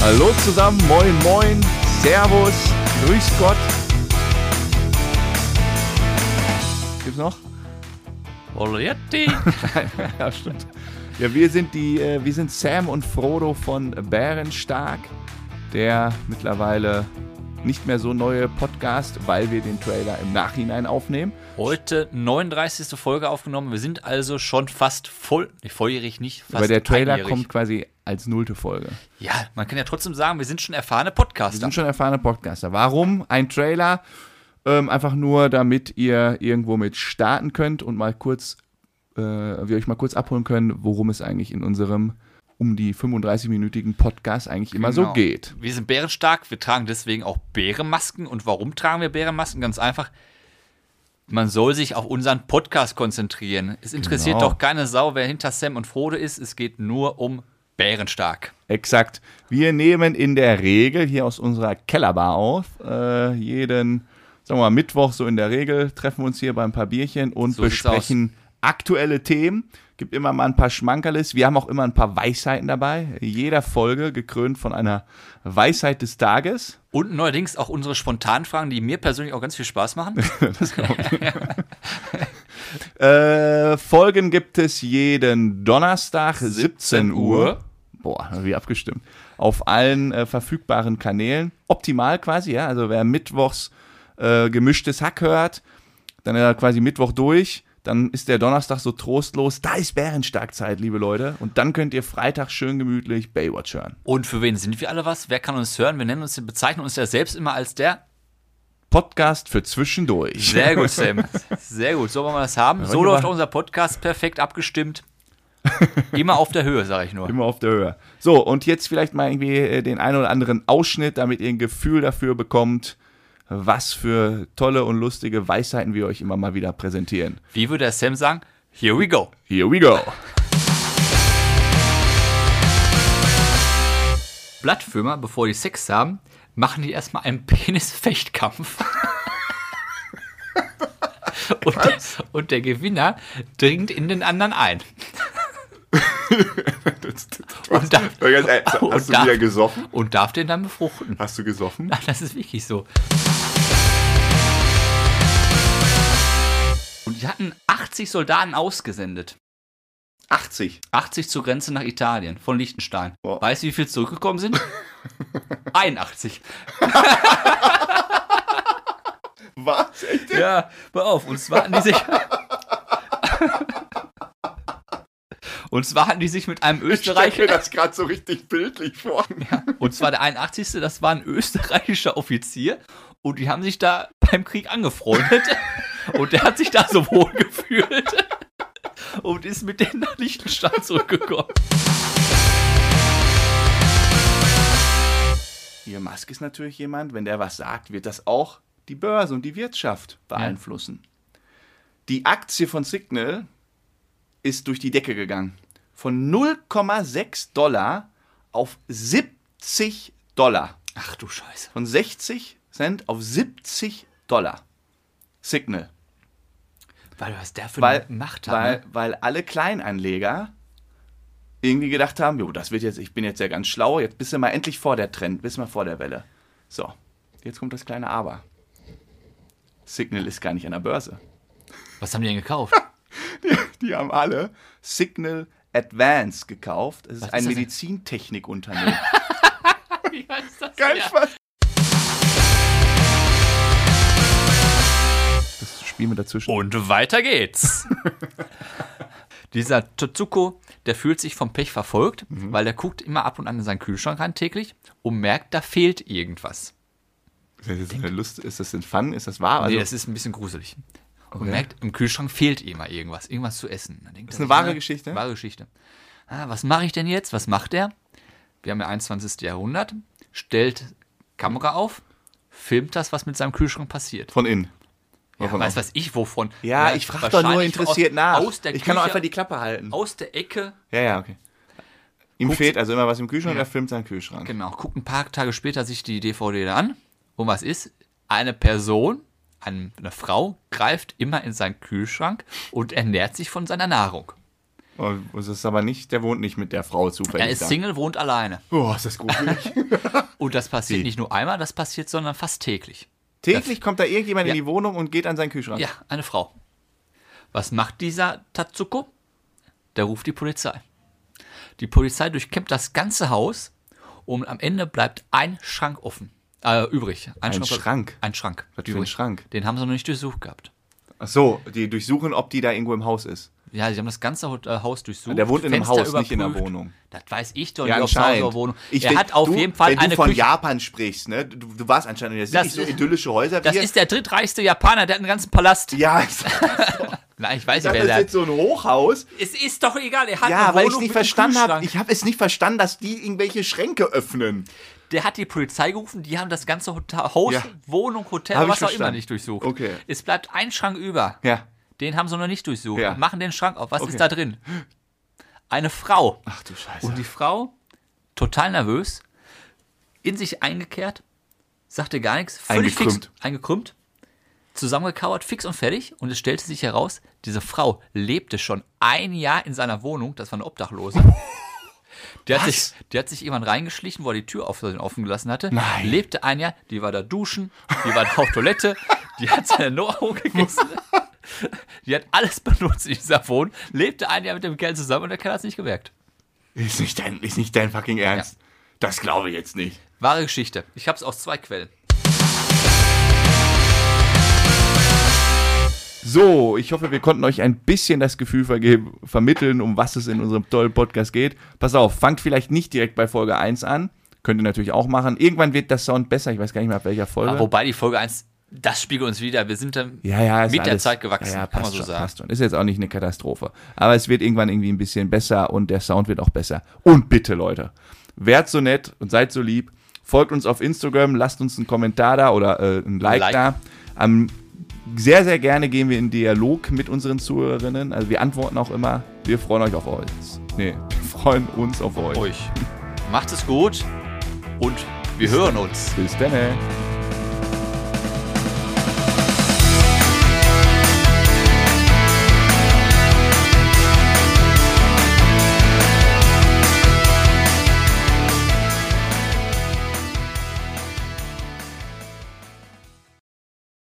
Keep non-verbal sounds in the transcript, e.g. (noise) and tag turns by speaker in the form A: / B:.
A: Hallo zusammen, moin moin, servus, grüß Gott. Gibt's noch?
B: Oletti.
A: (laughs) ja, stimmt. Ja, wir sind die, äh, wir sind Sam und Frodo von Bärenstark, der mittlerweile nicht mehr so neue Podcast, weil wir den Trailer im Nachhinein aufnehmen.
B: Heute 39. Folge aufgenommen. Wir sind also schon fast voll, nicht volljährig nicht, fast
A: Aber der Trailer
B: einjährig.
A: kommt quasi als nullte Folge.
B: Ja, man kann ja trotzdem sagen, wir sind schon erfahrene
A: Wir
B: Podcaster.
A: sind schon erfahrene Podcaster. Warum ein Trailer? Ähm, einfach nur, damit ihr irgendwo mit starten könnt und mal kurz, äh, wir euch mal kurz abholen können, worum es eigentlich in unserem um die 35-minütigen Podcast eigentlich immer so
B: Genau.
A: geht.
B: Wir sind bärenstark, wir tragen deswegen auch Bärenmasken. Und warum tragen wir Bärenmasken? Ganz einfach. Man soll sich auf unseren Podcast konzentrieren. Es interessiert
A: Genau.
B: doch keine Sau, wer hinter Sam und Frode ist. Es geht nur um Bärenstark.
A: Exakt. Wir nehmen in der Regel hier aus unserer Kellerbar auf. Äh, jeden, sagen wir mal, Mittwoch so in der Regel treffen wir uns hier bei ein paar Bierchen und
B: So sieht's
A: besprechen aktuelle Themen. Gibt immer mal ein paar Schmankerlis. Wir haben auch immer ein paar Weisheiten dabei. Jeder Folge gekrönt von einer Weisheit des Tages.
B: Und neuerdings auch unsere spontanen Fragen, die mir persönlich auch ganz viel
A: (laughs)
B: Spaß machen.
A: Äh, Folgen gibt es jeden Donnerstag 17 Uhr.
B: Uhr.
A: Boah, wie abgestimmt. Auf allen äh, verfügbaren Kanälen. Optimal quasi, ja. Also wer mittwochs äh, gemischtes Hack hört, dann ist er quasi Mittwoch durch. Dann ist der Donnerstag so trostlos. Da ist Bärenstarkzeit, liebe Leute. Und dann könnt ihr Freitag schön gemütlich Baywatch hören.
B: Und für wen sind wir alle was? Wer kann uns hören? Wir nennen uns, bezeichnen uns ja selbst immer als der.
A: Podcast für zwischendurch.
B: Sehr gut, Sam. Sehr gut. So wollen wir das haben. So
A: wunderbar.
B: läuft auch unser Podcast perfekt abgestimmt. Immer auf der Höhe, sage ich nur.
A: Immer auf der Höhe. So, und jetzt vielleicht mal irgendwie äh, den einen oder anderen Ausschnitt, damit ihr ein Gefühl dafür bekommt, was für tolle und lustige Weisheiten wir euch immer mal wieder präsentieren.
B: Wie würde der Sam sagen? Here we go.
A: Here we (laughs) go.
B: Blattfirma, bevor die Sex haben, machen die erstmal einen Penisfechtkampf. und, der, und der Gewinner dringt in den anderen ein. und, darf,
A: Oh
B: und darf-
A: gesoffen?
B: und darf den dann befruchten.
A: Hast du gesoffen?
B: (laughs) Das ist wirklich so. Und die hatten 80 Soldaten ausgesendet.
A: 80.
B: 80 zur Grenze nach Italien von Liechtenstein.
A: Boah.
B: Weißt du, wie viel zurückgekommen sind? 81.
A: Was?
B: Ja, pass auf. Und zwar hatten die sich. (laughs) Und zwar hatten die sich mit einem Österreicher.
A: das gerade so richtig bildlich vor.
B: Und zwar der 81. Das war ein österreichischer Offizier. Und die haben sich da beim Krieg (laughs) angefreundet. Und der hat sich da so wohl gefühlt. Und ist mit denen nach Liechtenstein zurückgekommen.
A: Ihr Musk ist natürlich jemand, wenn der was sagt, wird das auch die Börse und die Wirtschaft beeinflussen. Die Aktie von Signal ist durch die Decke gegangen. Von 0,6 Dollar auf 70 Dollar.
B: Ach du Scheiße.
A: Von 60 Cent auf 70 Dollar. Signal.
B: Weil was der für
A: Weil,
B: eine Macht hat.
A: weil,
B: ne?
A: weil alle Kleinanleger irgendwie gedacht haben, jo, das wird jetzt, ich bin jetzt ja ganz schlau, jetzt bist du mal endlich vor der Trend, bist mal vor der Welle. So, jetzt kommt das kleine Aber. Signal ist gar nicht an der Börse. (laughs)
B: Was haben die denn gekauft?
A: Die haben alle Signal Advance gekauft. Es ist
B: Was
A: ein
B: ist das denn? (laughs)
A: Medizintechnikunternehmen.
B: Wie heißt das?
A: Kein
B: denn?
A: Spaß. Das Spiel mit dazwischen.
B: Und weiter geht's. (laughs) Dieser Totsuko, der fühlt sich vom Pech verfolgt, weil er guckt immer ab und an in seinen Kühlschrank rein täglich und merkt, da fehlt irgendwas.
A: Ist, das eine Lust, ist das denn Fun? Ist das wahr?
B: nee,
A: Also,
B: das ist ein bisschen gruselig. Und merkt, im Kühlschrank fehlt immer irgendwas, irgendwas zu essen. Dann denkt
A: Ist
B: er
A: eine
B: sich,
A: wahre
B: ah,
A: Geschichte?
B: Wahre Geschichte. Ah, was mache ich denn jetzt? Was macht er? Wir haben ja 21. Jahrhundert, stellt Kamera auf, filmt das, was mit seinem Kühlschrank passiert.
A: von innen. Oder
B: Ja,
A: von
B: weiß
A: außen?
B: was ich wovon.
A: Ja, ich frage doch nur
B: wahrscheinlich
A: interessiert
B: aus,
A: nach.
B: Aus der
A: ich kann doch
B: Küche,
A: einfach die Klappe halten.
B: aus der Ecke,
A: Ja, ja, okay. Ihm
B: Guckt-
A: fehlt also immer was im Kühlschrank, er filmt seinen Kühlschrank.
B: genau, guckt ein paar Tage später sich die DVD da an. Und was ist? Eine Person, ein- eine Frau, greift immer in seinen Kühlschrank und ernährt sich von seiner Nahrung.
A: Oh, Das ist aber nicht, der wohnt nicht mit der Frau zufällig.
B: Er ist
A: da.
B: Single, wohnt alleine.
A: Oh, ist das gruselig.
B: (laughs) Und das passiert
A: Sie.
B: nicht nur einmal, das passiert, sondern fast täglich.
A: Täglich kommt da irgendjemand
B: Ja.
A: in die Wohnung und geht an seinen Kühlschrank.
B: Ja, eine Frau. Was macht dieser Tatsuko? Der ruft die Polizei. Die Polizei durchkämmt das ganze Haus und am Ende bleibt ein Schrank offen. Äh, übrig.
A: Ein Schrank?
B: Ein Schrank.
A: Was für ein Schrank?
B: Den haben sie noch nicht durchsucht gehabt.
A: Ach so, die durchsuchen, ob die da irgendwo im Haus ist.
B: Ja, sie haben das ganze Ho- äh, Haus durchsucht.
A: Der wohnt in einem
B: Fenster
A: Haus, nicht in einer
B: überprüft.
A: Wohnung.
B: Das weiß ich doch nicht, ob Haus
A: anscheinend.
B: oder Wohnung.
A: Ich
B: er
A: denk,
B: hat auf
A: du,
B: jeden Fall
A: wenn
B: eine
A: du von
B: Küche.
A: Japan sprichst, ne? Du, du warst anscheinend das, das
B: Das
A: nicht so
B: ist-
A: idyllische Häuser
B: Das
A: wie
B: ist der drittreichste Japaner, der hat einen ganzen Palast.
A: Ja, (laughs) ich sag,
B: Nein, ich weiß
A: das
B: nicht, wer
A: ist
B: der
A: jetzt so ein Hochhaus.
B: Es ist doch egal, er hat
A: Ja,
B: eine
A: weil ich
B: Wohnung
A: nicht
B: mit einem
A: verstanden habe.
B: Kühlschrank.
A: Ich habe es nicht verstanden, dass die irgendwelche Schränke öffnen.
B: Der hat die Polizei gerufen, die haben das ganze Hotel, Haus,
A: Ja.
B: Wohnung, Hotel,
A: Hab ich
B: was auch
A: verstanden.
B: immer nicht durchsucht.
A: Okay.
B: Es bleibt ein Schrank über.
A: Ja.
B: Den haben sie noch nicht durchsucht.
A: Ja.
B: Machen den Schrank auf. Was
A: Okay.
B: ist da drin? Eine Frau.
A: Ach du Scheiße.
B: Und Also die Frau, total nervös, in sich eingekehrt, sagte gar nichts, völlig
A: Eingekrümmt.
B: fix, eingekrümmt, zusammengekauert, fix und fertig. Und es stellte sich heraus, diese Frau lebte schon ein Jahr in seiner Wohnung, das war eine Obdachlose.
A: (laughs)
B: Die hat, sich,
A: Was?
B: die hat sich jemand reingeschlichen, wo er die Tür auf- offen gelassen hatte.
A: Nein.
B: Lebte ein Jahr, die war da duschen, die war da auf Toilette, die hat seine
A: (laughs)
B: Nahrung gegessen. Die hat alles benutzt in dieser Wohnung, lebte ein Jahr mit dem Kerl zusammen und der Kerl hat es nicht gemerkt.
A: Ist nicht dein, ist nicht dein fucking Ernst. Das glaube ich jetzt nicht.
B: Wahre Geschichte. Ich habe es aus zwei Quellen.
A: So, ich hoffe, wir konnten euch ein bisschen das Gefühl vergeben, vermitteln, um was es in unserem tollen Podcast geht. Pass auf, fangt vielleicht nicht direkt bei Folge 1 an. Könnt ihr natürlich auch machen. Irgendwann wird das Sound besser. Ich weiß gar nicht mehr, ab welcher Folge.
B: Aber wobei die Folge 1, das spiegelt uns wieder. Wir sind dann
A: Ja, ja, ist
B: mit der
A: alles-
B: Zeit gewachsen,
A: Ja, ja,
B: kann man
A: passt
B: so
A: schon,
B: sagen.
A: passt schon. Ist jetzt auch nicht eine Katastrophe. Aber es wird irgendwann irgendwie ein bisschen besser und der Sound wird auch besser. Und bitte, Leute, wärt so nett und seid so lieb. Folgt uns auf Instagram, lasst uns einen Kommentar da oder äh, ein like,
B: Like.
A: da. Am, sehr, sehr gerne gehen wir in Dialog mit unseren Zuhörerinnen. Also wir antworten auch immer. Wir freuen euch auf euch. Nee, (laughs) wir freuen uns auf euch.
B: Euch. Macht es gut und wir hören uns.
A: Bis dann. ey.